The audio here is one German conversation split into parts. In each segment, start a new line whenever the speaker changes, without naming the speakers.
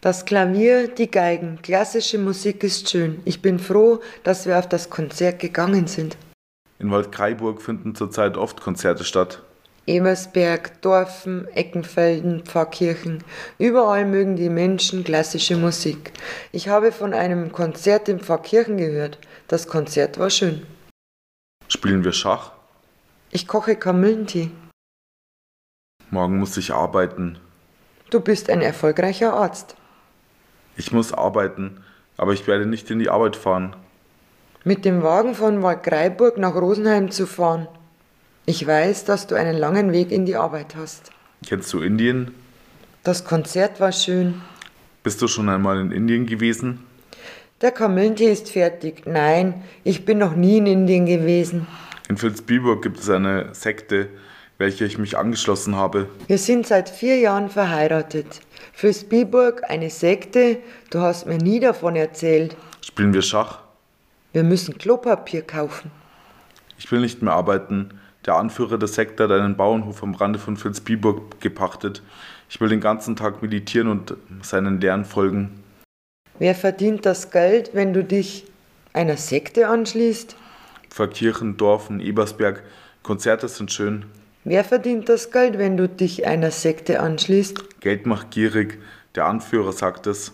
Das Klavier, die Geigen, klassische Musik ist schön. Ich bin froh, dass wir auf das Konzert gegangen sind.
In Waldkraiburg finden zurzeit oft Konzerte statt.
Ebersberg, Dorfen, Eckenfelden, Pfarrkirchen. Überall mögen die Menschen klassische Musik. Ich habe von einem Konzert in Pfarrkirchen gehört. Das Konzert war schön.
Spielen wir Schach?
Ich koche Kamillentee.
Morgen muss ich arbeiten.
Du bist ein erfolgreicher Arzt.
Ich muss arbeiten, aber ich werde nicht in die Arbeit fahren.
Mit dem Wagen von Waldkraiburg nach Rosenheim zu fahren. Ich weiß, dass du einen langen Weg in die Arbeit hast.
Kennst du Indien?
Das Konzert war schön.
Bist du schon einmal in Indien gewesen?
Der Kamillentee ist fertig. Nein, ich bin noch nie in Indien gewesen.
In Vilsbiburg gibt es eine Sekte, welcher ich mich angeschlossen habe.
Wir sind seit vier Jahren verheiratet. Fürs Biburg eine Sekte, du hast mir nie davon erzählt.
Spielen wir Schach?
Wir müssen Klopapier kaufen.
Ich will nicht mehr arbeiten. Der Anführer der Sekte hat einen Bauernhof am Rande von Vilsbiburg gepachtet. Ich will den ganzen Tag meditieren und seinen Lehren folgen.
Wer verdient das Geld, wenn du dich einer Sekte anschließt?
Pfarrkirchen, Dorfen, Ebersberg, Konzerte sind schön.
Wer verdient das Geld, wenn du dich einer Sekte anschließt?
Geld macht gierig, der Anführer sagt es.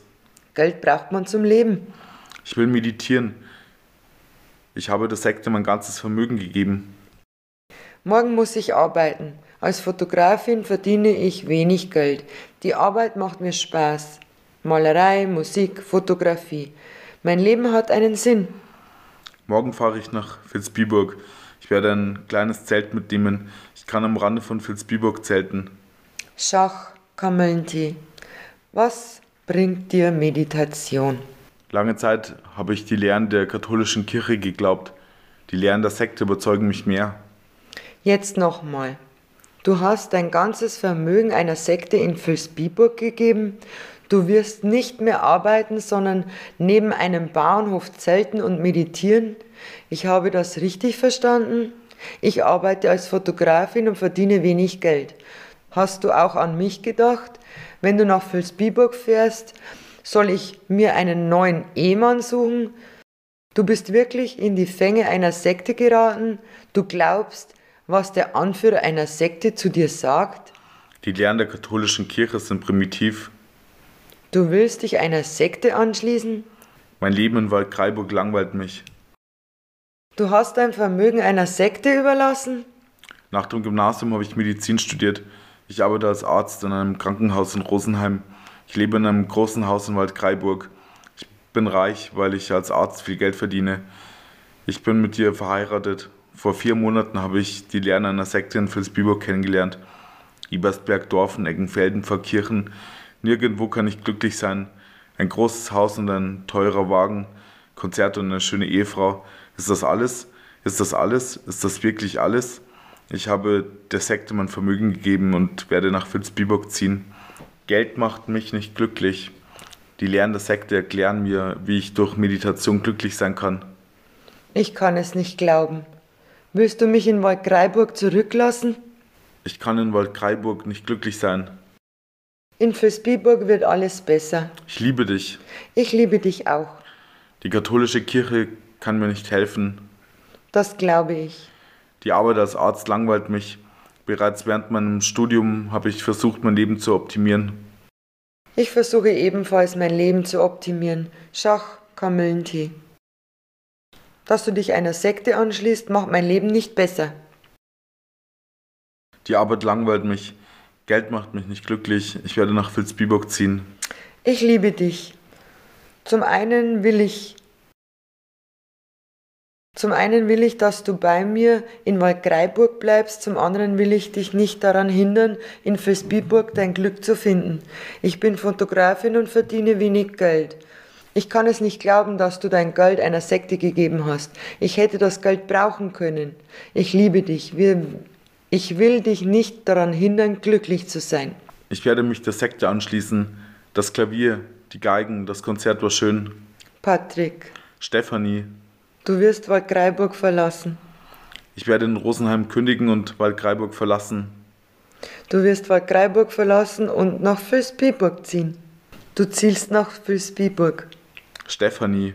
Geld braucht man zum Leben.
Ich will meditieren. Ich habe der Sekte mein ganzes Vermögen gegeben.
Morgen muss ich arbeiten. Als Fotografin verdiene ich wenig Geld. Die Arbeit macht mir Spaß. Malerei, Musik, Fotografie. Mein Leben hat einen Sinn.
Morgen fahre ich nach Vilsbiburg. Ich werde ein kleines Zelt mitnehmen. Ich kann am Rande von Vilsbiburg zelten.
Schach, Kamillentee. Was bringt dir Meditation?
Lange Zeit habe ich die Lehren der katholischen Kirche geglaubt. Die Lehren der Sekte überzeugen mich mehr.
Jetzt nochmal. Du hast dein ganzes Vermögen einer Sekte in Vilsbiburg gegeben. Du wirst nicht mehr arbeiten, sondern neben einem Bauernhof zelten und meditieren. Ich habe das richtig verstanden. Ich arbeite als Fotografin und verdiene wenig Geld. Hast du auch an mich gedacht? Wenn du nach Vilsbiburg fährst, soll ich mir einen neuen Ehemann suchen? Du bist wirklich in die Fänge einer Sekte geraten? Du glaubst, was der Anführer einer Sekte zu dir sagt?
Die Lehren der katholischen Kirche sind primitiv.
Du willst dich einer Sekte anschließen?
Mein Leben in Waldkraiburg langweilt mich.
Du hast dein Vermögen einer Sekte überlassen?
Nach dem Gymnasium habe ich Medizin studiert. Ich arbeite als Arzt in einem Krankenhaus in Rosenheim. Ich lebe in einem großen Haus in Waldkraiburg. Ich bin reich, weil ich als Arzt viel Geld verdiene. Ich bin mit dir verheiratet. Vor vier Monaten habe ich die Lehren einer Sekte in Vilsbiburg kennengelernt. Ebersberg, Dorfen, Eggenfelden, Verkirchen. Nirgendwo kann ich glücklich sein. Ein großes Haus und ein teurer Wagen, Konzerte und eine schöne Ehefrau. Ist das alles? Ist das alles? Ist das wirklich alles? Ich habe der Sekte mein Vermögen gegeben und werde nach Vilsbiburg ziehen. Geld macht mich nicht glücklich. Die Lehren der Sekte erklären mir, wie ich durch Meditation glücklich sein kann.
Ich kann es nicht glauben. Willst du mich in Waldkraiburg zurücklassen?
Ich kann in Waldkraiburg nicht glücklich sein.
In Vilsbiburg wird alles besser.
Ich liebe dich.
Ich liebe dich auch.
Die katholische Kirche kann mir nicht helfen.
Das glaube ich.
Die Arbeit als Arzt langweilt mich. Bereits während meinem Studium habe ich versucht, mein Leben zu optimieren.
Ich versuche ebenfalls mein Leben zu optimieren. Schach, Kamillentee. Dass du dich einer Sekte anschließt, macht mein Leben nicht besser.
Die Arbeit langweilt mich. Geld macht mich nicht glücklich. Ich werde nach Vilsbiburg ziehen.
Ich liebe dich. Zum einen will ich zum einen will ich, dass du bei mir in Waldkraiburg bleibst, zum anderen will ich dich nicht daran hindern, in Vilsbiburg dein Glück zu finden. Ich bin Fotografin und verdiene wenig Geld. Ich kann es nicht glauben, dass du dein Geld einer Sekte gegeben hast. Ich hätte das Geld brauchen können. Ich liebe dich. Wir, ich will dich nicht daran hindern, glücklich zu sein.
Ich werde mich der Sekte anschließen. Das Klavier, die Geigen, das Konzert war schön.
Patrick,
Stefanie,
du wirst Waldkraiburg verlassen.
ich werde in Rosenheim kündigen und Waldkraiburg verlassen.
Du wirst Waldkraiburg verlassen und nach Vilsbiburg ziehen. Du zielst nach Vilsbiburg.
Stefanie,